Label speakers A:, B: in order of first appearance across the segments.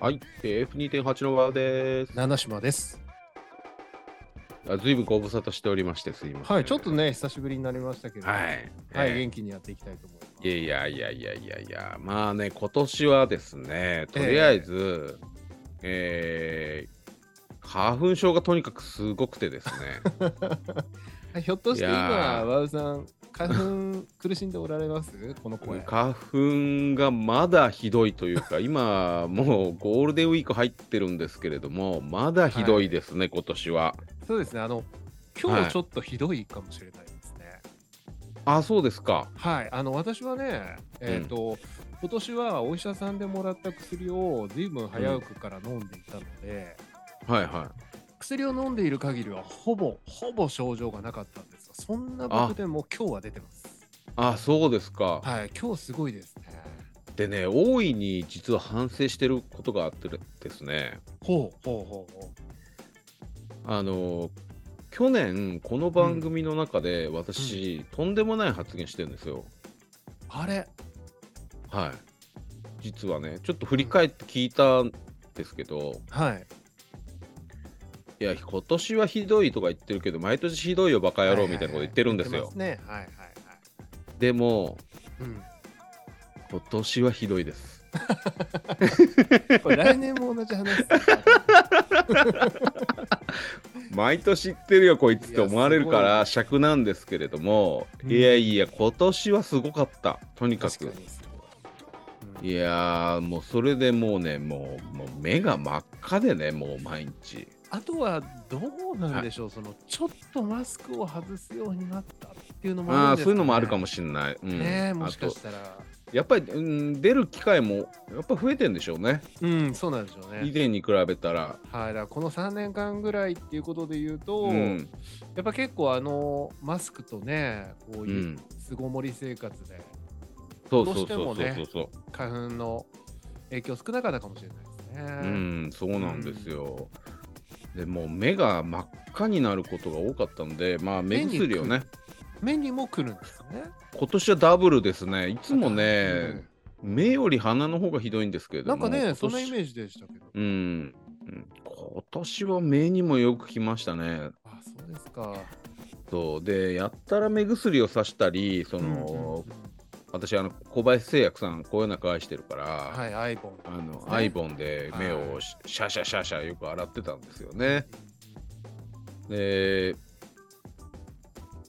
A: はい、えー F2.8 の和です。
B: 七島です。
A: あずいぶんご無沙汰しておりまして、すいません。
B: はい、ちょっとね、久しぶりになりましたけど、
A: はい。
B: はい、
A: えー
B: 元気にやっていきたいと思います。
A: いやいやいやいやいやいや、まあね、今年はですね、とりあえず、えー花粉症がとにかくすごくてです ね、
B: はいひょっとしてい
A: いやー
B: 今、ワウさん、花粉苦しんでおられますこの声。
A: 花粉がまだひどいというか、今、もうゴールデンウィーク入ってるんですけれども、まだひどいですね、今年は。
B: そうですね、あの、今日ちょっとひどいかもしれないですね。
A: あ、そうですか。
B: はい、あの、私はね、えっ、と、今年はお医者さんでもらった薬を随分早くから飲んでいたので、
A: はいはい。
B: 薬を飲んでいる限りはほぼほぼ症状がなかったんですがそんな僕でも今日は出てます
A: あ、そうですか。
B: はい今日すごいですね
A: でね、大いに実は反省してることがあってですね、
B: ほうほうほうほ
A: あの去年、この番組の中で私、とんでもない発言してるんですよ。
B: うあれ
A: はい。実はね、ちょっと振り返って聞いたんですけど、
B: はい
A: いや、今年はひどいとか言ってるけど、毎年ひどいよ、バカ野郎みたいなこと言ってるんですよ。
B: はいはいはい言ってますね
A: でも、
B: はいはい、
A: 今年はひどいです。
B: うん、これ来年も同じ話 ですね
A: 毎年言ってるよ、こいつって
B: いや
A: 思われるか
B: すご
A: ら、尺なんですけれども、
B: うん
A: いやいや、今年はすごかった、とにか
B: 確
A: く。
B: かにすごい、うん
A: いやーもうそれでもうねもうもう目が真っ赤でねもう毎日
B: あとはどうなんでしょう、そのちょっとマスクを外すようになったっていうのも
A: あ
B: るん
A: あ
B: です
A: そういうのもあるかも
B: し
A: しれない、うん
B: ねえもしかし
A: あ
B: たら
A: とやっぱり、うん、出る機会もやっぱ増えてんでしょうね
B: うんそうなんでしょう
A: 以
B: ね
A: 前に比べたら、
B: はいだからこの3年間ぐらいっていうことで言うと、
A: うん、
B: やっぱ結構あのマスクとねこう
A: う
B: いうん巣ごもり生活で
A: そうそう
B: どうして
A: そ
B: も
A: うそう
B: ね
A: そうそう、
B: 花粉の影響少なかったかもしれないですね。
A: うんそうなんですよ、でもう目が真っ赤になることが多かったんでまあ目薬を
B: 目に
A: ね
B: 目にも来るんですね。
A: 今年はダブルですねいつも
B: う
A: ね
B: ん、
A: 目より鼻の方がひどいんですけれ
B: な
A: ど
B: ん
A: も
B: かねそんな
A: 今
B: イ
A: 年
B: メージでしたけど。
A: うん、うん今年は目にもよく来ましたね。
B: あそうですか。
A: そうでやったら目薬をさしたりそ
B: あ
A: の、私あの小林製薬さんこういう中愛してるから、
B: はいアイボン。
A: あの
B: ね
A: アイボンで目
B: は
A: を
B: い
A: シャシャシャシャよく洗ってたんですよね。で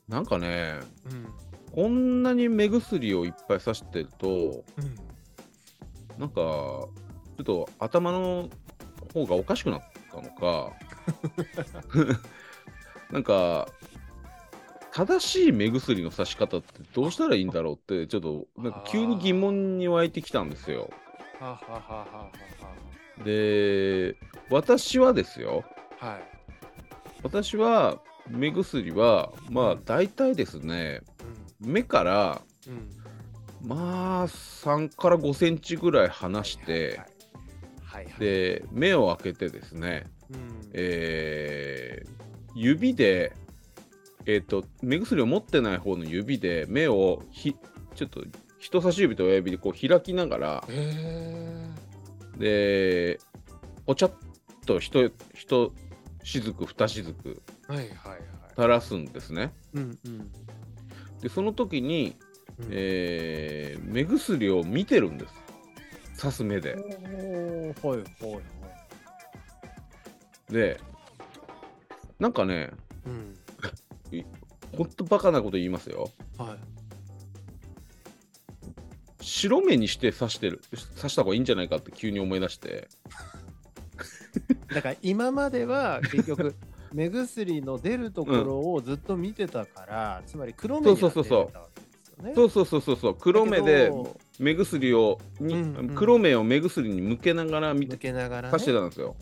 A: なんかね
B: うんうん
A: こんなに目薬をいっぱいさしてると
B: うん
A: なんかちょっと頭の方がおかしくなったの かなんか正しい目薬の差し方ってどうしたらいいんだろうってちょっとなんか急に疑問に湧いてきたんですよ。
B: はははは
A: で私はですよ
B: はは。はい。
A: 私は目薬はまあ
B: うん
A: 大体ですね
B: う
A: 目から
B: んうん。
A: まあ3から5センチぐらい離して
B: はいはいはい。はいはい。
A: で目を開けてですね
B: うん
A: えー指で、えー、と目薬を持ってない方の指で目をひちょっと人差し指と親指でこう開きながら
B: へ
A: でぽちゃっとひとひとしずくふたしずく
B: ーはいはいはい。
A: 垂らすんですね。
B: うんうん。
A: でその時に、
B: うん
A: えー目薬を見てるんです刺す目で。
B: おーはいはいはい。
A: でなんかね
B: うん。
A: ほんとバカなこと言いますよ。
B: はい。
A: 白目にして刺してる刺した方がいいんじゃないかって急に思い出して
B: だから今までは結局目薬の出るところをずっと見てたから、つまり黒目に
A: そ
B: な
A: う
B: って
A: そうそう
B: た
A: そう
B: わけですよね。
A: そうそうそうそうそう黒目
B: だけ
A: で
B: ど
A: 目薬をに、
B: うんうん
A: 黒目を目薬に向けながら見て
B: 抜けながら、ね
A: 刺してたんですよ、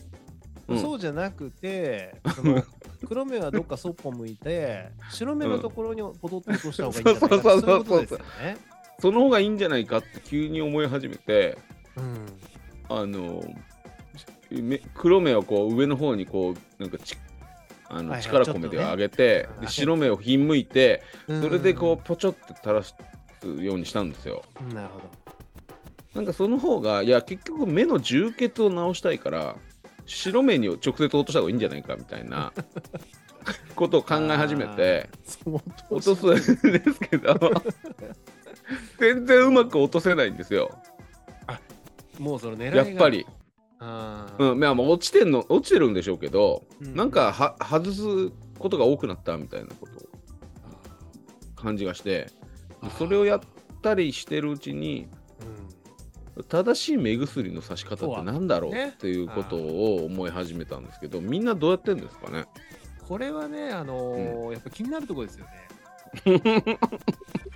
A: うん、
B: そうじゃなくてその 黒目はどっかそっぽ向いて白目のところにポトッと落とした方がいいんじゃないか
A: そうそうそう
B: そういうことですよね。
A: その方がいいんじゃないかって急に思い始めて
B: うん
A: あのめ黒目をこう上の方にこうなんかちあの
B: はいはい
A: 力込めて
B: ちょっとね
A: 上げて、
B: はい
A: で白目をひんむいて
B: うん
A: それでこうポチョって垂らすようにしたんですよ。
B: うんなるほど。
A: なんかその方がいや結局目の充血を治したいから白目に直接落とした方がいいんじゃないかみたいなことを考え始めて
B: そう
A: 落とすんですけど全然うまく落とせないんですよ
B: もうその狙いが
A: やっぱり、
B: あー
A: うん、まあまあ落ちてんの落ちてるんでしょうけど、
B: う
A: なんかは外すことが多くなったみたいなことを感じがして
B: あー
A: それをやったりしてるうちに正しい目薬の差し方ってなんだろう
B: そうはね
A: っていうことを思い始めたんですけど、みんなどうやってんですかね
B: これはね、あのーやっぱ気になるところですよね。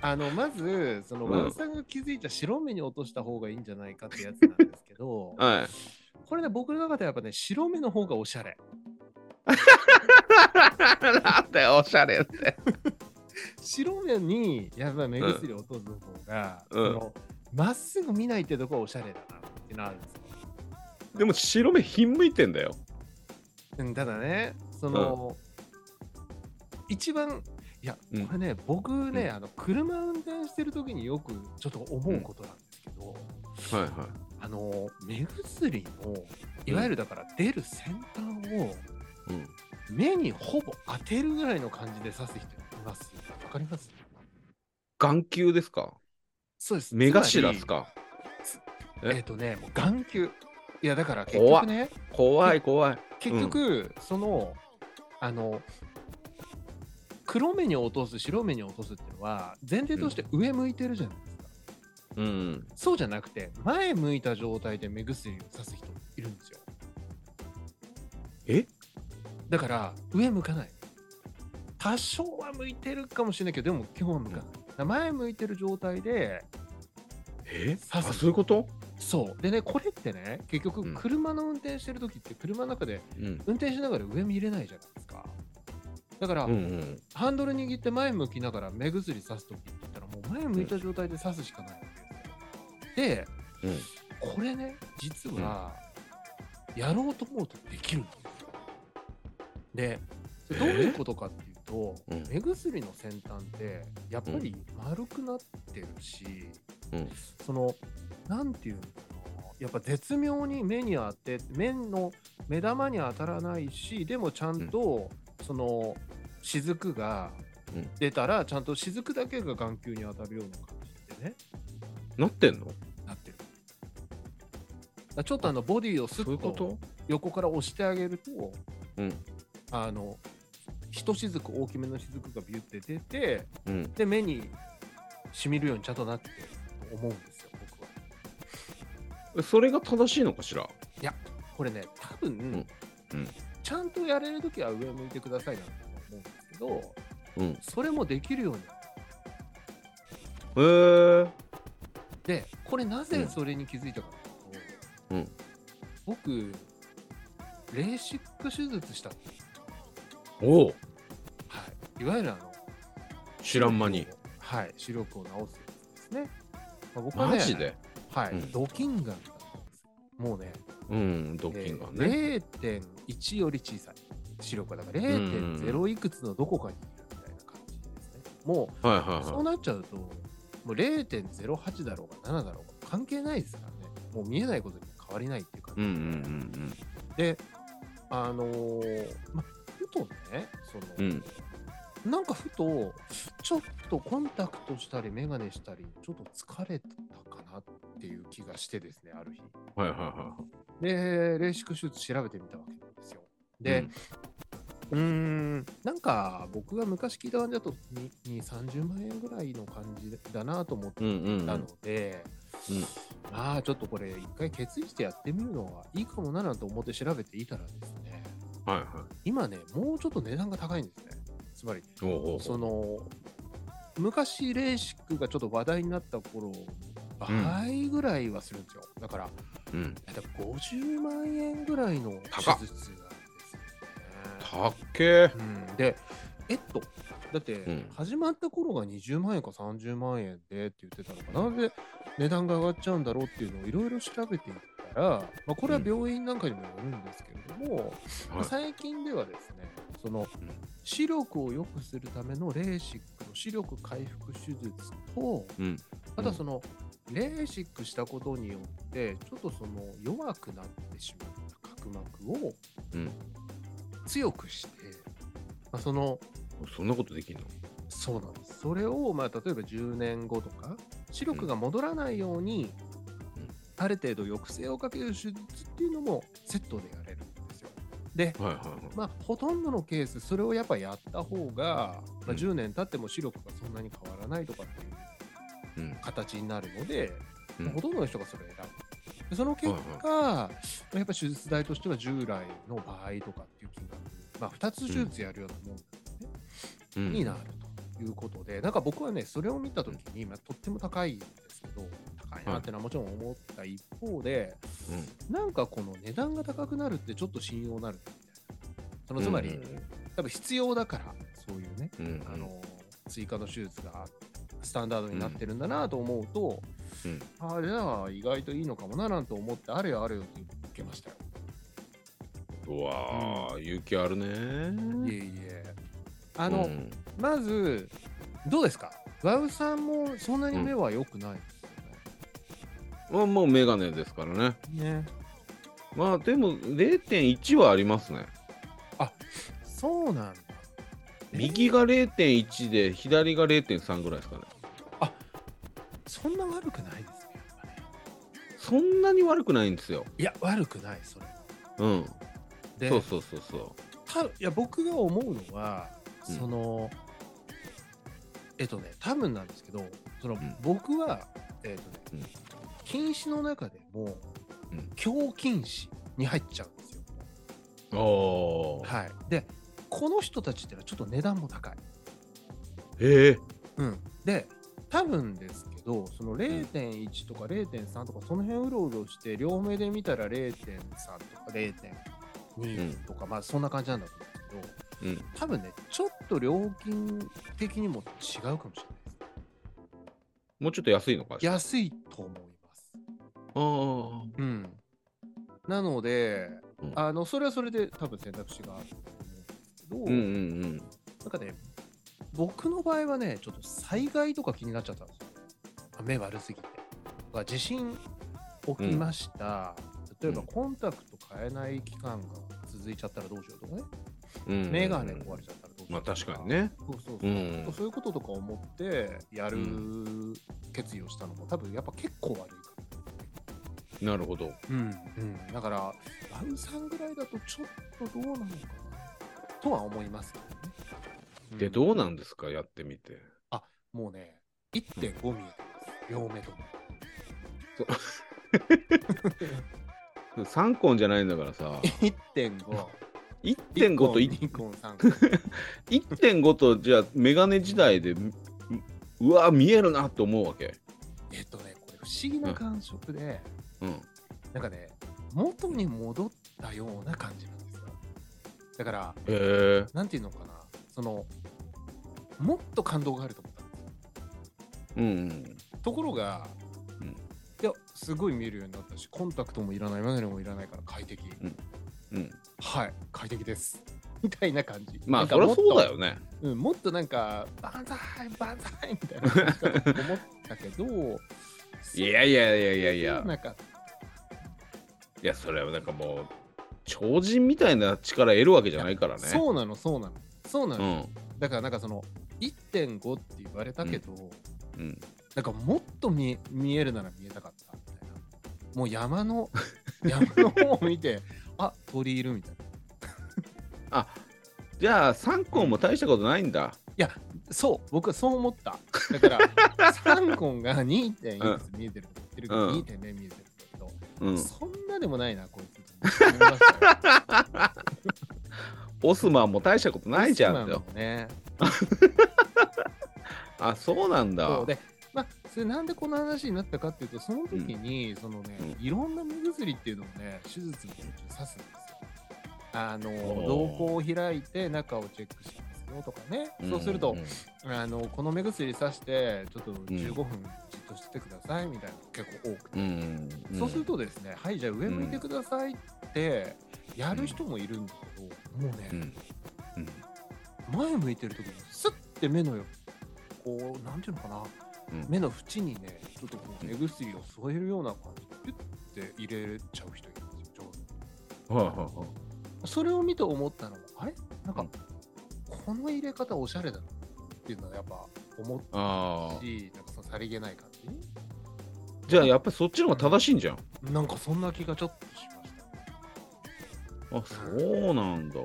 B: あのまず、その
A: うん
B: 和田さんが気づいた白目に落とした方がいいんじゃないかってやつなんですけど、
A: はい
B: これね、僕の中ではやっぱね、白目の方がおしゃれ。
A: なんだよおしゃれって
B: 白目にやっぱ目薬を落とす方が、
A: うん
B: そのまっすぐ見ないってとこはおしゃれだなってなるんですよ。
A: でも白目ひんむいてんだよ
B: うんただね、その、一番、いや、
A: うん
B: これね、僕ね、
A: うん
B: あの車運転してる時によくちょっと思うことなんですけど、
A: はいはい
B: あの目薬のいわゆるだから出る先端を
A: うん
B: 目にほぼ当てるぐらいの感じで刺す人います。わかります
A: 眼球ですか
B: そうです。
A: 目頭ですか
B: つまり。えっ、とね、もう眼球。いやだから結
A: 怖っ
B: 局ね、
A: 怖い怖い
B: 結局その、あの黒目に落とす白目に落とすっていうのは前提として上向いてるじゃないですか。
A: うん
B: そうじゃなくて前向いた状態で目薬を刺す人いるんですよ。
A: え
B: だから上向かない。多少は向いてるかもしれないけど、でも基本は向かない。だから前向いてる状態で、
A: え
B: さ
A: あ
B: す
A: そういうこと
B: そう。でね、これってね、結
A: う
B: 局
A: ん
B: 車の運転してる時って車の中で
A: うん
B: 運転しながら上見れないじゃないですか。だから、
A: うんうん
B: ハンドル握って前向きながら目薬さすときって言ったらもう前向いた状態で刺すしかないわけで
A: う
B: すよ。
A: ん
B: で、これね、実は、やろうと思うとできるんですよ。で、それどういうことかっていうと、
A: えうん
B: 目薬の先端ってやっぱり丸くなってるし、
A: うん
B: その、なんていうのかな、やっぱ絶妙に目に当て、目の目玉に当たらないし、でもちゃんと、その、雫が
A: うん
B: 出たら、ちゃんと雫だけが眼球に当たるような感じでね、
A: なってんの
B: なってる。だからちょっとあのボディをス
A: そういう
B: ッ
A: こと
B: と横から押してあげると、
A: うん
B: あの、ひと雫、大きめの雫がビュって出て、
A: うん
B: で、目に染みるようにちゃんとなってると思うんですよ、僕は。
A: それが正しいのかしら
B: これね、多分、
A: うん
B: ちゃんとやれるときは上向いてくださいなんて思うんですけど、
A: うん
B: それもできるように
A: へえ
B: でこれなぜそれに気づいたかというと、
A: うん
B: 僕レーシック手術した、
A: おお
B: はい、いわゆるあの
A: 知らん間に
B: はい視力を治すやつですね、まあ、僕はね
A: マジで
B: はい、
A: うん
B: ドキンガンだったんですもうね
A: うんドッキンがね、
B: えー0.1より小さい視力がだから0.0いくつのどこかにいるみたいな感じですね、もう
A: はいはい
B: そう
A: は
B: なっちゃうと、もう0.08だろうが7だろうが関係ないですからね。もう見えないことには変わりないっていう感
A: い。う
B: じ
A: ん
B: で
A: うん
B: すね、で、あのーま、ふとね、その、
A: うんうん。
B: なんかふと、ちょっとコンタクトしたり、メガネしたり、ちょっと疲れたかなっていう気がしてですね、ある日。
A: はいはいはい。
B: で、レーシック手術調べてみたわけなんですよ。で、うーんなんか僕が昔聞いた感じだと2、30万円ぐらいの感じだなと思って
A: うんうんう
B: なんの。で、
A: うん
B: まあちょっとこれ一回決意してやってみるのはいいかもななんて思って調べていたらですね
A: はいはい。
B: 今ねもうちょっと値段が高いんですねつまり
A: おうおう
B: その昔レーシックがちょっと話題になった頃倍ぐらいはするんですよ、だから
A: うん。
B: だいたい50万円ぐらいの
A: 高っ
B: 手術なんですよね
A: たっけー。
B: うん、で、えっと、だっ
A: うん
B: て始まった頃が20万円か30万円でって言ってたのかな、なんで値段が上がっちゃうんだろうっていうのをいろいろ調べていったら、まあ、これは病院なんかにもよるんですけれども、まあ
A: はい
B: 最近ではですね、その
A: うん
B: 視力を良くするためのレーシックの視力回復手術と、
A: うん。
B: あとはその、レーシックしたことによってちょっとその弱くなってしまった角膜を
A: うん
B: 強くして、まあ、その
A: そんなことできんの
B: そうなんですそれを、まあ、例えば10年後とか視力が戻らないように、
A: うん
B: ある程度抑制をかける手術っていうのもセットでやれるんですよ。で、
A: はいはいはい。
B: まあ、ほとんどのケースそれをやっぱやった方が、ま
A: う
B: あ、
A: ん
B: 10年経っても視力がそんなに変わらないとかっていう
A: うん。
B: 形になるので、
A: うん
B: まあほとんどの人がそれを選ぶ。でその結果、やっぱ手術代としては従来の場合とかっていう金額、まあ、2つ手術やるようなもん
A: うん
B: になるということで、なんか僕はね、それを見たときに、まあ、とっても高いんですけど、高いなってのはもちろん思った一方で、なんかこの値段が高くなるってちょっと信用なるみたいな。そのつまり、多分必要だから、そういうね、
A: うん、うん
B: あの、追加の手術がスタンダードになってるんだなと思うと、
A: うん
B: ああ、じゃあ意外といいのかもななんて思って、あれよあれよって受けましたよ。
A: うわー、勇気あるね
B: い
A: ー。
B: えいえ。あの、
A: うん
B: まず、どうですかワウさんもそんなに目は良くないですよね。
A: まあ、もうメガネですからね。
B: ね、
A: まあでも0.1はありますね。
B: そうなんだ。
A: 右が0.1で左が0.3ぐらいですかね。
B: そんな悪くないですね。やっぱね
A: そんなに悪くないんですよ。
B: いや、悪くない、それ。
A: うん。
B: で、
A: そうそうそうそう。
B: たいや僕が思うのは、
A: うん
B: その、えっとね、多分なんですけど、その、
A: ん
B: 僕は、えっ
A: う
B: と
A: ん
B: ね、禁止の中でも
A: うん、
B: 強禁止に入っちゃうんですよ。
A: ああ。
B: はい。で、この人たちってのはちょっと値段も高い。
A: へえ。
B: うん、で多分ですけどその0.1とか0.3とかその辺うろうろして両目で見たら0.3とか0.2とか、まあそんな感じなんだと思うんですけど
A: うん。
B: 多分ねちょっと料金的にも違うかもしれないで
A: もうちょっと安いのか
B: す。安いと思います。
A: ああ。
B: うん、なので、
A: うん
B: あのそれはそれで多分選択肢があると思うんですけど、
A: うんうんうん。
B: なんかね、僕の場合はね、ちょっと災害とか気になっちゃったんですよ。あ目悪すぎて。まあ地震起きました。例えば
A: うん
B: コンタクト変えない期間が続いちゃったらどうしようとかね。
A: うんうん
B: メガネ壊れちゃったらどうし
A: まあ
B: ようとか。
A: 確かに。ね。
B: そうそうそうう。
A: ん
B: そういうこととか思ってやる決意をしたのも多分やっぱ結構悪いから。
A: なるほど。
B: うんうん、だからワウさんぐらいだとちょっとどうなのかなとは思いますけどね。うん
A: で、どうなんですかやってみて。
B: もうね、1.5見えてます。両目とも。
A: 3コンじゃないんだからさ。
B: 1.5。
A: 1.5と1.5
B: 2コン3
A: 1.5とじゃあメガネ時代でううわ見えるなって思うわけ
B: えっとね、これ不思議な感触で、
A: うん
B: なんかね、元に戻ったような感じなんですよ。だから、
A: へえ
B: なんていうのかな、その、もっと感動があると思ったんですよ
A: うんうん
B: ところが、
A: うん
B: いや、すごい見えるようになったし、コンタクトもいらない、メガネもいらないから快適。
A: うん
B: はい、快適です。みたいな感じ。
A: ま
B: な
A: あ
B: んか
A: そりゃ
B: もっと
A: そうだよね
B: うん、もっとなんか、バンザーイ、バンザーイみたいな感じだと思ったけど、
A: いやいやいやいやい
B: そうな
A: や
B: んか、
A: いやそれはなんかもう超人みたいな力得るわけじゃないからね
B: そうなの、そうなの、そうな
A: う
B: の。
A: ん
B: だからなんかその、1.5って言われたけど、
A: うん
B: なんかもっと見え見えるなら見えたかったみたいな。もう 山の、山の方を見て、あ鳥いるみたいな。
A: じゃあ3コンも大したことないんだ
B: そう、僕はそう思った。だから、サンコンが2.4見えてると言ってるけど、
A: うん
B: 2.0見えてるけど、
A: うん
B: そんなでもないな、こいつと思い ましたよ。
A: オスマンも大したことないじゃん
B: そうな
A: よ
B: のね。
A: あそうなんだ
B: そうで、まあ、それなんでこの話になったかっていうと、その時に、そのね、いろんな目薬っていうのをね、手術の時に刺すんですよ。あの、
A: おー
B: 瞳孔を開いて中をチェックしますよとかね。そうすると、
A: んん
B: あの、この目薬刺して、ちょっと15
A: うん
B: 分じっとしててくださいみたいなの結構多くて。
A: うんん
B: そうするとですね、はい、じゃあ上向いてくださいって、やる人もいるんだけど、もうね、
A: うんうん
B: 前向いてる時にスッて目のよこうなんていうのかな
A: うん
B: 目の縁にね、ちょっとこう目薬を添えるような感じで、ピュッて入れちゃう人いるんですよ、上手に
A: はいはいはい。
B: それを見て思ったのが、あれなんか、
A: うん
B: この入れ方おしゃれだなっていうのはやっぱ思っ
A: あ
B: た
A: あ。
B: し、なんかそのさりげない感じ
A: じゃあやっぱりそっちの方が正しいんじゃん。
B: なんかそんな気がちょっとしました。
A: あそうなんだ。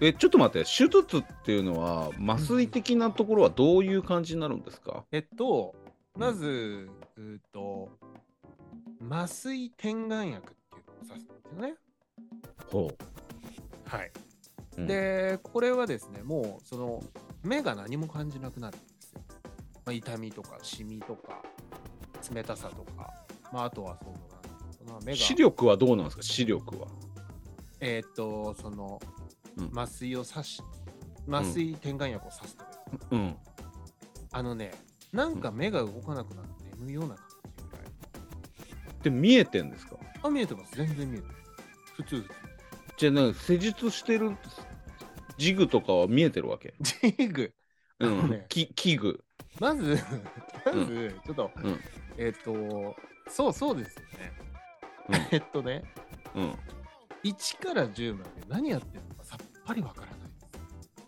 A: えちょっと待って手術っていうのは麻酔的なところはどういう感じになるんですか、
B: えっと、まず、うーっと、麻酔点眼薬っていうのを指すんですよね。
A: ほう
B: はい。
A: うん
B: で、これはですね、もう、その、目が何も感じなくなるんですよ。まあ、痛みとか、シミとか、冷たさとか、まあ、あとはその、なんだろうな目が、
A: 視力はどうなんですか視力は。
B: えーっと、その
A: うん、
B: 麻酔を刺し、麻酔点眼薬を刺すと、
A: うん。
B: あのね、なんか目が動かなくなって眠いような感じぐらい。
A: で見えてんですか
B: あ、見えてます。全然見えてます。普通、普通。
A: じゃあなんか施術してるジグとかは見えてる わけ。
B: ジ グ、
A: う
B: あの
A: ん
B: ね。
A: き器具。
B: まず、ま
A: うん
B: ず、ちょっと、
A: うん
B: えっ、と、そうそうですよね。
A: うん
B: えっとね、
A: うん。
B: 1から10まで何やってるのかさっぱりわからないです。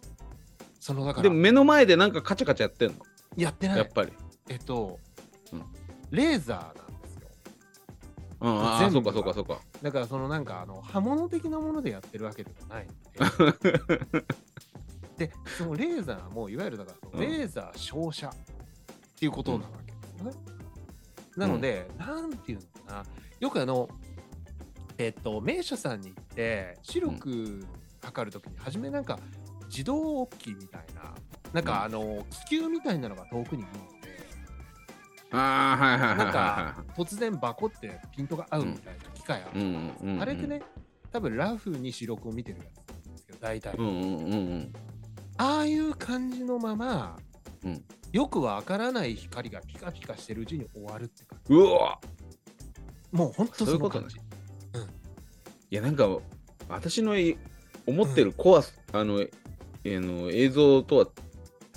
B: その、だか
A: で
B: ら
A: も、目の前でなんかカチャカチャやってんの、
B: やってな
A: やっ
B: い。
A: ぱり。
B: えっと、
A: うん
B: レーザーなんですよ。
A: うん、ああ、そ
B: 全
A: う
B: 部
A: かそうかそうか。
B: だから、そのなんか、あの、刃物的なものでやってるわけではないので。で、そのレーザーも、いわゆるだからその、
A: うん
B: レーザー照射っていうことなわけですよね。なので、なんていうのかな、よくあの、えっと、名所さんに行って、視力測るときに、初めなんか、自動置きみたいな、なんかあの、気球みたいなのが遠くに見えて、
A: ああ、はいはいはい
B: なん
A: は
B: か突然バコってピントが合うみたいな機械あるじゃないですか
A: うんうんうんうん
B: あれってね、多分ラフに視力を見てるやつなんですけど、大体。
A: いはい。うんうんうん
B: ああいう感じのまま、
A: うん
B: よくわからない光がピカピカしてるうちに終わるって感じ。
A: うん。うわ
B: もう本
A: そ
B: 当
A: うい
B: そうの
A: こと
B: 感
A: ね
B: じ。。
A: いや、なんか、私のい思ってる怖さ、あの、えあの映像とは、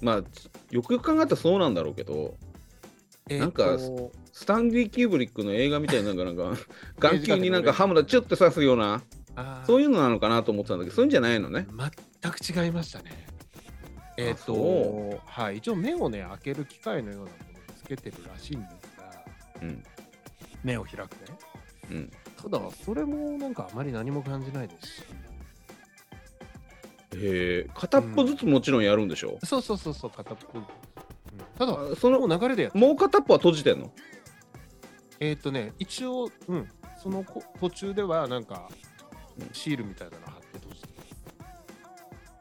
A: まあ、ちよくよく考えたらそうなんだろうけど、
B: え
A: なんか
B: と
A: スタンリー・キューブリックの映画みたいな、なんか、 なんか、眼球になんか
B: 映画館でもね
A: ハムラチュッて刺すような、
B: あー
A: そういうのなのかなと思ってたんだけど、そういうんじゃないのね。
B: 全く違いましたね。えっ、
A: そ
B: と、はい、一応目をね、開ける機械のようなものをつけてるらしいんですが、
A: うん
B: 目を開くね。
A: うん。
B: ただ、それもなんかあまり何も感じないですし、
A: へえ、片っぽずつもちろんやるんでしょ、
B: そうそうそうそう、片っぽ、うん、ただ、
A: あその
B: もう流れでやっ
A: もう片っぽは閉じてんの
B: えっ、とね、一応、うん、そのこ途中では、なんか
A: うん、
B: シールみたいなの貼って閉じてます。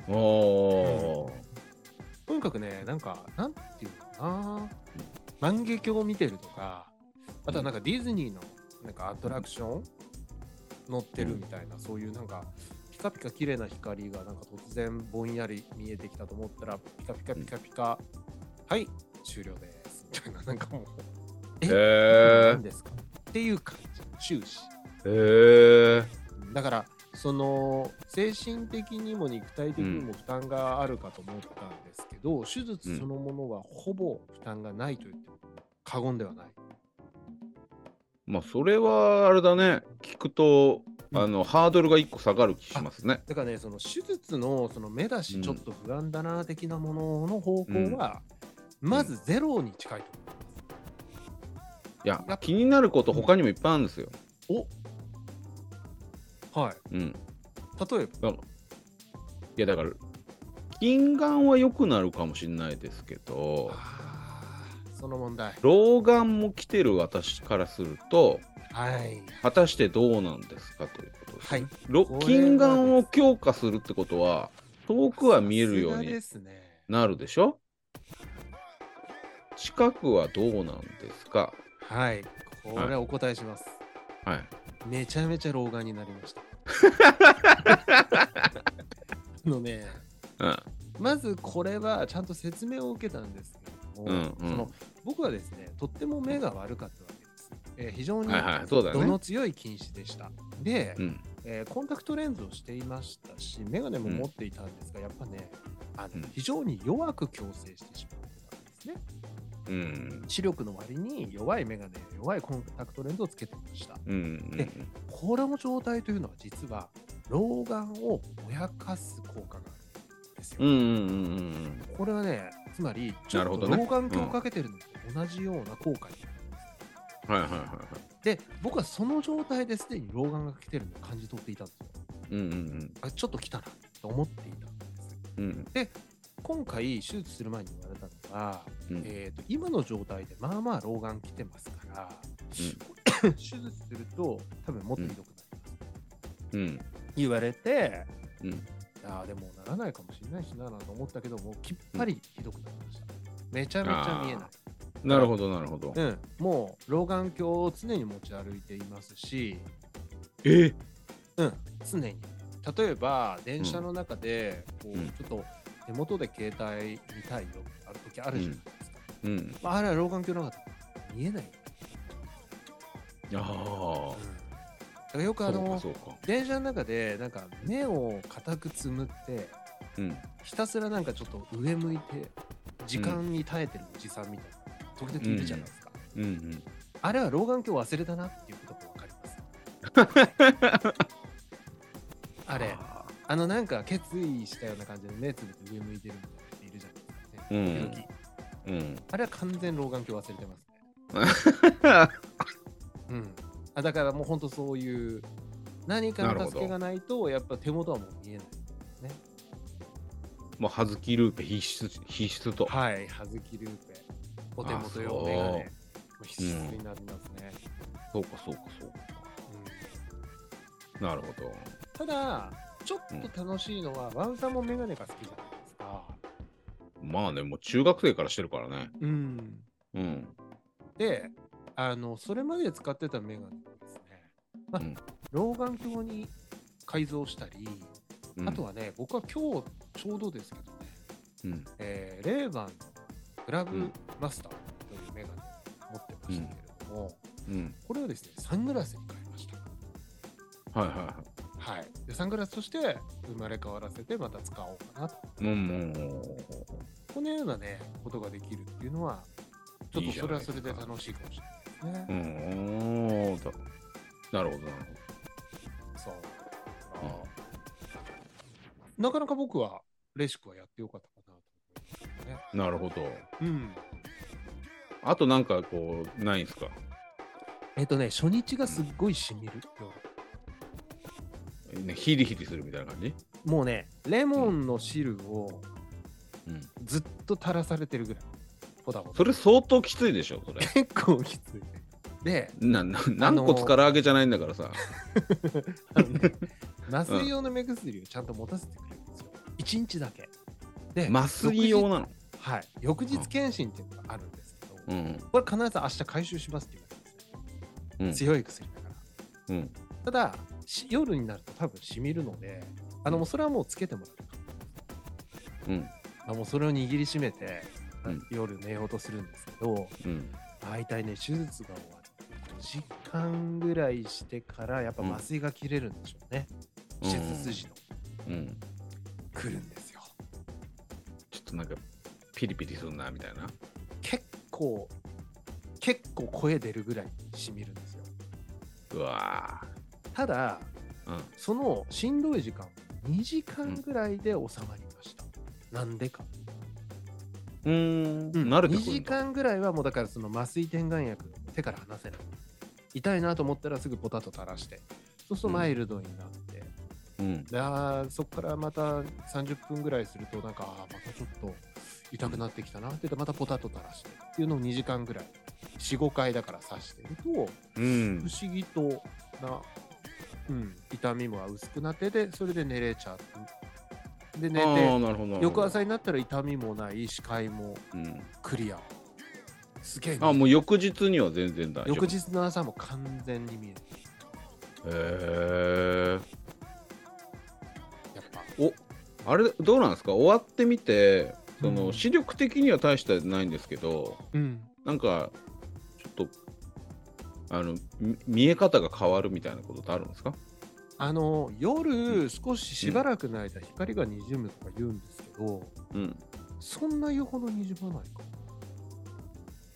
A: あー
B: とにかくね、なんか、なんていうのかな、万華鏡を見てるとか、あとはなんかディズニーのなんかアトラクション乗ってるみたいな、そういうなんか、ピカピカ綺麗な光がなんか突然ぼんやり見えてきたと思ったら、ピカピカピカピカ、はい、終了です。みたいな、なんかもう、え
A: へ
B: 何ですかっていう感じ、終始。
A: えへえ
B: だからその精神的にも肉体的にも負担があるかと思ったんですけど、手術そのものはほぼ負担がないと言っても過言ではない。
A: まあそれはあれだね聞くとあの、ハードルが1個下がる気しますね
B: だからね、その手術のその目だ
A: う
B: し、
A: ん
B: ちょっと不安だな的なものの方向は、まずゼロに近いと
A: いや
B: やっぱ
A: 気になること他にもいっぱいあるんですよ
B: 思います。おはい。
A: うん
B: 例え
A: だから
B: ば、
A: いやだから近眼は良くなるかもしれないですけど
B: あーその問題。
A: 老眼も来てる私からすると
B: はい。
A: 果たしてどうなんですかということです
B: はい。
A: ろ
B: これは
A: 近眼を強化するってことは遠くは見えるよう
B: さすが
A: に
B: ですね。
A: なるでしょ近くはどうなんですか
B: はい。これお答えします。
A: はい。
B: めちゃめちゃ老眼になり ました。あのね、
A: うん。
B: まずこれはちゃんと説明を受けたんですけれども、
A: うんうん
B: その僕はですね、とっても目が悪かったわけです。えー非常に
A: はいはいそうだよね
B: 度の強い近視でした。で、
A: うん。
B: えーコンタクトレンズをしていましたし、メガネも持っていたんですが、やっぱね、あの
A: うん
B: 非常に弱く矯正してしまってたんですね。
A: うん
B: 視力の割に弱い眼鏡、弱いコンタクトレンズをつけてました。
A: うんうん
B: でこれの状態というのは実は老眼をぼやかす効果があるんですよ。
A: うんうんうんうん
B: これはね、つまりちょ
A: な
B: っ
A: るほ
B: と
A: どね
B: 老眼鏡をかけてるのと同じような効果になるんです。
A: はいはいはいは
B: で、僕はその状態ですでに老眼が来てるのを感じ取っていたんですよ。
A: いうんうん
B: あちょっと来たなと思っていたんです。
A: うんうん
B: 今回手術する前に言われたのが、
A: うん
B: えー、と今の状態でまあまあ老眼来てますから、手術すると多分もっとひどくなります、
A: うん
B: 言われて、
A: うん
B: ああでもならないかもしれないしななんて思ったけどもうきっぱりひどくなりました、めちゃめちゃ見えない、
A: なるほどなるほど
B: うん、もう老眼鏡を常に持ち歩いていますし、
A: え
B: うん、常に例えば電車の中でこう、
A: うん
B: ちょっと手元で携帯見たいよある時あるじゃないですか、
A: うん
B: まあ、あれは老眼鏡なかった見えない、
A: ああ
B: うんだからよくあの
A: そうかそうか
B: 電車の中でなんか目を固くつむって
A: うん
B: ひたすらなんかちょっと上向いて時間に耐えてるおじさんみたいな時々いるじゃないですか、
A: うんうん
B: あれは老眼鏡忘れたなっていうことが分かりますあ
A: あ
B: れあのなんか決意したような感じで目つぶって上向いてるみたいな人いるじゃないですか、ね
A: うん
B: 時々
A: ーうん
B: あれは完全老眼鏡忘れてますね うん、あだからもう本当そういう何かの助けがないとやっぱ手元はもう見えない。
A: もう葉月ルーペ必須必須と
B: はい、葉月ルーペ、お手元
A: あそ
B: 用
A: う
B: メガネ、もう必須になりますね。
A: そうかそうかそうかなるほど
B: うんただ、ちょっと楽しいのは、ワンさんもメガネが好きじゃないですか。
A: まあねもう中学生からしてるからね
B: うん、
A: うん
B: であの、それまで使ってたメガネですね、まあ
A: うん
B: 老眼鏡に改造したり、
A: うん
B: あとはね、僕は今日ちょうどですけどね、
A: うん
B: えーレーバンのグラ
A: う
B: ブ
A: ん
B: マスターというメガネを持ってましたけれども、
A: うん
B: これをですねサングラスに変えました、
A: はいはいは
B: はい、でサングラスとして生まれ変わらせてまた使おうかなと
A: いうんうんうん
B: このようなねことができるっていうのはちょっ
A: いい
B: と
A: じゃ
B: それ
A: ないで
B: は
A: す
B: そ
A: か
B: れで楽しいかもしれな
A: う
B: いですね、
A: んおーだなるほどなる
B: そう
A: ほど
B: なかなか僕はレシックはやってよかったかなと思いますけどね
A: うんなるほど
B: うん
A: あとなんかこうないんすか
B: えっとね初日がすっごいしみるような
A: ねヒリヒリするみたいな感じ
B: もうねレモンの汁を
A: うん
B: ずっと垂らされてるぐらいほだほだ
A: それ相当きついでしょそれ
B: 結構きついで
A: なな何個つから揚げじゃないんだからさ
B: あのね麻酔用の目薬をちゃんと持たせてくれるんですよ1日だけで
A: 麻酔用なの
B: 翌日はい翌日検診っていうのがあるんですけど、
A: うん
B: これ必ず明日回収しますって言われてます
A: う
B: ね、
A: ん
B: 強い薬だから
A: うん
B: ただし夜になると多分しみるのであのもうそれはもうつけても
A: う
B: らう
A: ん
B: あもうそれを握りしめて、
A: うん
B: 夜寝ようとするんですけど、
A: うん
B: 大体ね手術が終わって5時間ぐらいしてからやっぱ麻酔が切れるんでしょうね、
A: うん
B: 手術筋の
A: うん
B: 来るんですよ
A: ちょっとなんかピリピリするなみたいな
B: 結構結構声出るぐらいしみるんですよ
A: うわ
B: ただ
A: ーうん
B: そのしんどい時間2時間ぐらいで収まりました、なんでか、
A: うーん慣れてくるんだ
B: 2時間ぐらいはもうだからその麻酔点眼薬手から離せない痛いなと思ったらすぐポタッと垂らしてそうするとマイルドになって、
A: うん
B: であーそこからまた30分ぐらいするとなんかあーまたちょっと痛くなってきたなって言ってまたポタッと垂らしてっていうのを2時間ぐらい45回だから刺してると
A: う
B: 不
A: ん
B: 思議とな、うん、痛みも薄くなってでそれで寝れちゃうで寝
A: あー
B: て
A: なるほどなるほど
B: 翌朝になったら痛みもない視界も
A: うん
B: クリアすげえ
A: あもう翌日には全然大丈夫
B: 翌日の朝も完全に見える
A: へえ
B: やっぱ
A: あれどうなんですか終わってみてその、
B: うん
A: 視力的には大したないんですけど
B: うん
A: なんかちょっとあのみ見え方が変わるみたいなことってあるんですか
B: あの夜少ししばらくの間光が滲むとか言うんですけど、
A: うん
B: そんな言うほど滲まないか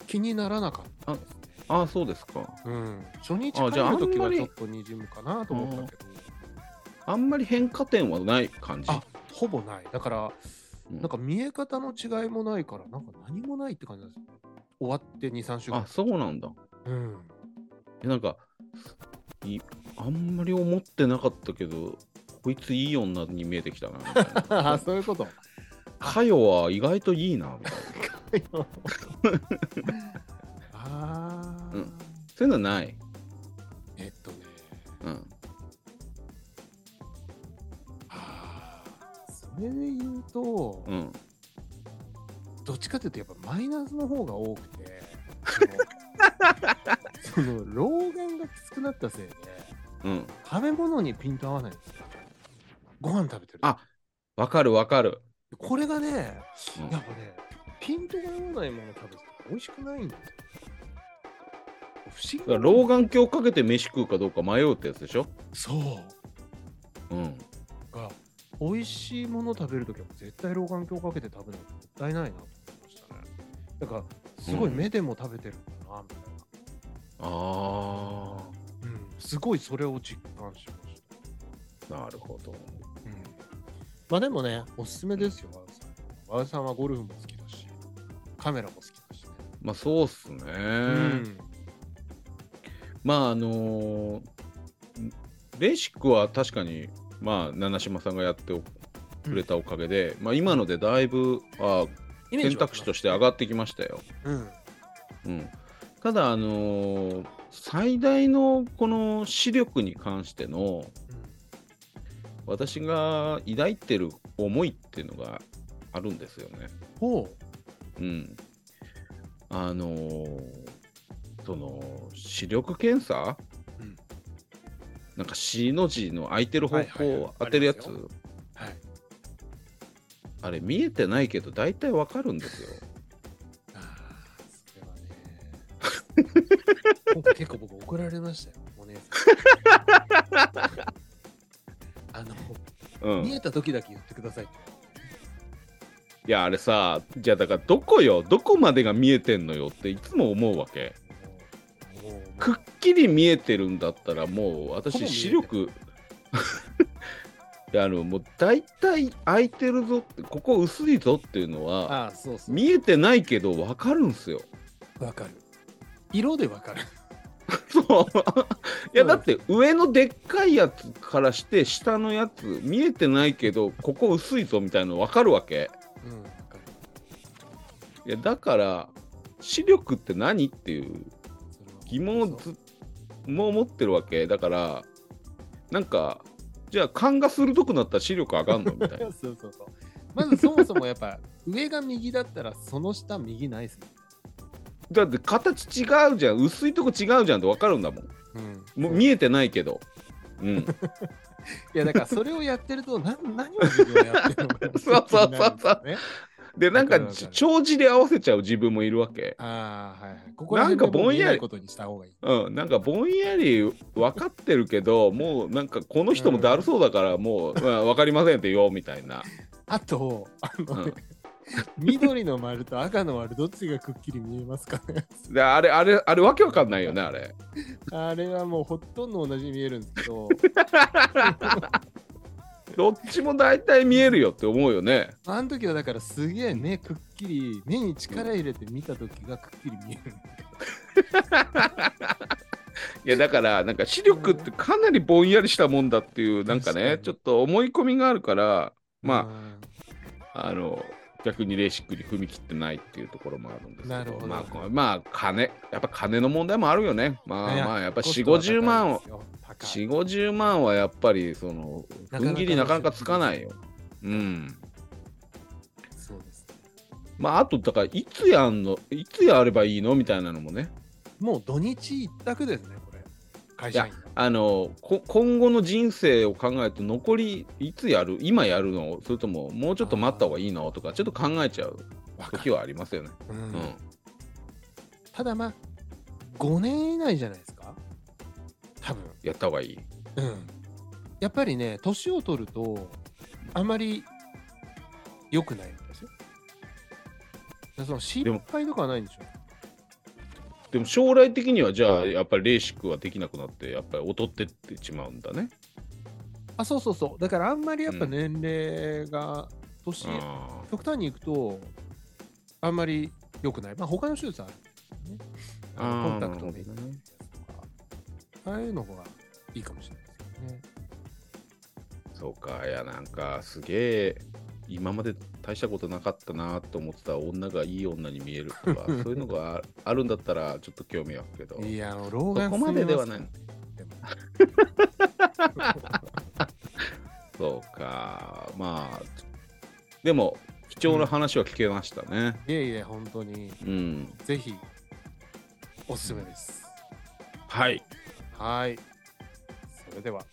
B: 気にならなかったですね。
A: ああ、そうですか。
B: うん、初日
A: あ
B: 帰
A: じゃあ
B: る時
A: あんま
B: は
A: り
B: ちょっとにじむかなと思ったけど、
A: あんまり変化点はない感じ。
B: あほぼない。だから、
A: うん
B: なんか見え方の違いもないから、なんか何もないって感じなんですよ。終わって2、3週間
A: あ。そうなんだ。
B: うん。
A: えなんかいあんまり思ってなかったけどこいついい女に見えてきたなみたい
B: あ
A: な
B: そういうこと。
A: かよは意外といいなみたいな
B: ああ、
A: うんそういうのはない、
B: えっとね。
A: うん、
B: あーそれで言うと、
A: うん
B: どっちかというとやっぱマイナスの方が多くて、そ のその老眼がきつくなったせいで、
A: うん
B: 食べ物にピント合わないんですよ。ご飯食べてる。
A: あわかるわかる、
B: これがね、
A: うん
B: やっぱね、ピントが合わないもの食べてて美味しくないんですよ。不思議
A: だから
B: な
A: 老眼鏡かけて飯食うかどうか迷うってやつでしょ、
B: そう
A: うん、
B: が美味しいもの食べるときは絶対老眼鏡かけて食べないともったいないなと思いましたね。だからすごい
A: うん
B: 目でも食べてるんだなみたい
A: あ
B: な、うんすごいそれを実感しました。
A: ーなるほど
B: うん、まあでもねおすすめですよ和田さん。和田さんはゴルフも好きだしカメラも好きだしね。
A: まあそうっすね、
B: うん
A: まああのーベーシックは確かにまあ七島さんがやってくれたおかげで、まあ今のでだいぶあ
B: イメージ
A: 選
B: は
A: 択肢として上がってきましたよ。
B: うん
A: うん、ただ、あのー最大のこの視力に関しての私が抱いてる思いっていうのがあるんですよね。
B: ほ
A: うん、あのーその視力検査、
B: うん
A: なんか C の字の空いてる方向
B: はいはい
A: を
B: はい
A: 当てるやつ、
B: ありますうはい
A: あれ見えてないけど大体わかるんですよ。
B: あーそれはね 僕結構僕怒られましたよお姉さ んあの、
A: うん、
B: 見えた時だけ言ってくださいって
A: いやあれさじゃあだからどこよどこまでが見えてんのよっていつも思うわけ
B: もうもうもう
A: くっきり見えてるんだったらもう
B: ほぼ
A: 私
B: 見えてる
A: 視力 いやあのもう大体空いてるぞってここ薄いぞっていうのは
B: ああそうそう
A: 見えてないけど分かるんすよ
B: わかる色でわかる
A: そういや
B: うん
A: だって上のでっかいやつからして下のやつ見えてないけどここ薄いぞみたいなの分かるわけ
B: うんわかる
A: いやだから視力って何っていう
B: それは
A: 疑問をずもう持ってるわけだからなんかじゃあ勘が鋭くなったら視力上がんのみ たいな
B: そうそうそうまずそもそもやっぱ上が右だったらその下右ないっすね
A: だって形違うじゃん薄いとこ違うじゃんって分かるんだもん
B: うん
A: もう見えてないけどうん
B: いやだからそれをやってるとな何を自分はやってるのか
A: そうそうそうそう
B: 気になるんですよね
A: でなんか
B: わかるわかる
A: 長寿で合わせちゃう自分もいるわけ
B: ああはいはいこ
A: なんかぼんやり
B: こら辺でもう見ないことにした方がいい
A: うん、なんかぼんやり分かってるけどもうなんかこの人もだるそうだからもう、まあ分かりませんって言おうみたい な、
B: あとあ
A: う
B: の、
A: ん
B: 緑の丸と赤の丸どっちがくっきり見えますか ね
A: であれあれあれわけわかんないよねあれ
B: あれはもうほとんど同じに見えるんですけ ど
A: どっちも大体見えるよって思うよね
B: あの時はだからすげえ目くっきり目に力入れて見た時がくっきり見える
A: いやだからなんか視力ってかなりぼんやりしたもんだっていうなんかね
B: 確かに
A: ちょっと思い込みがあるからま
B: あ
A: ああの逆にレーシックに踏み切ってないっていうところもあるんですけど
B: なるほど
A: まあこ、まあ金やっぱ金の問題もあるよねまあまあやっぱ4 5 0万を4 5 0万はやっぱりその
B: なか
A: 踏
B: なか
A: ん切りなかなかつかないようん
B: そうですね
A: まああとだからいつやんのいつやればいいのみたいなのもね
B: もう土日一択ですねこれ会社員が
A: あのこ今後の人生を考えると残りいつやる今やるのそれとももうちょっと待った方がいいのとかちょっと考えちゃう
B: わか
A: 時
B: る
A: はありますよね。
B: う
A: うんん
B: ただまあ5年以内じゃないですか多分
A: やった方がいい。
B: うん、やっぱりね年を取るとあまり良くないんですよ。でその心配とかはないんでしょ
A: でも将来的にはじゃあやっぱりレーシックはできなくなってやっぱり劣ってってしまうんだね。
B: あそうそうそうだからあんまりやっぱ年齢が年、
A: あ
B: 極端にいくとあんまり良くないまあ他の手術あるんですよねあの
A: あー
B: コンタクトの
A: なるほどね
B: やつとかああいうのがいいかもしれないですよね
A: ーそうかいやなんかすげえ今まで大したことなかったなと思ってた女がいい女に見えると かそういうのがああるんだったらちょっと興味あるけど
B: いや、あの、老
A: そ
B: 眼
A: こまでではない
B: 進み
A: そうかまあでも貴重な話は聞けましたね。
B: ます。いえいえ、本当に、
A: うん、
B: ぜひ、おすすめです。
A: はい
B: はい。それでは、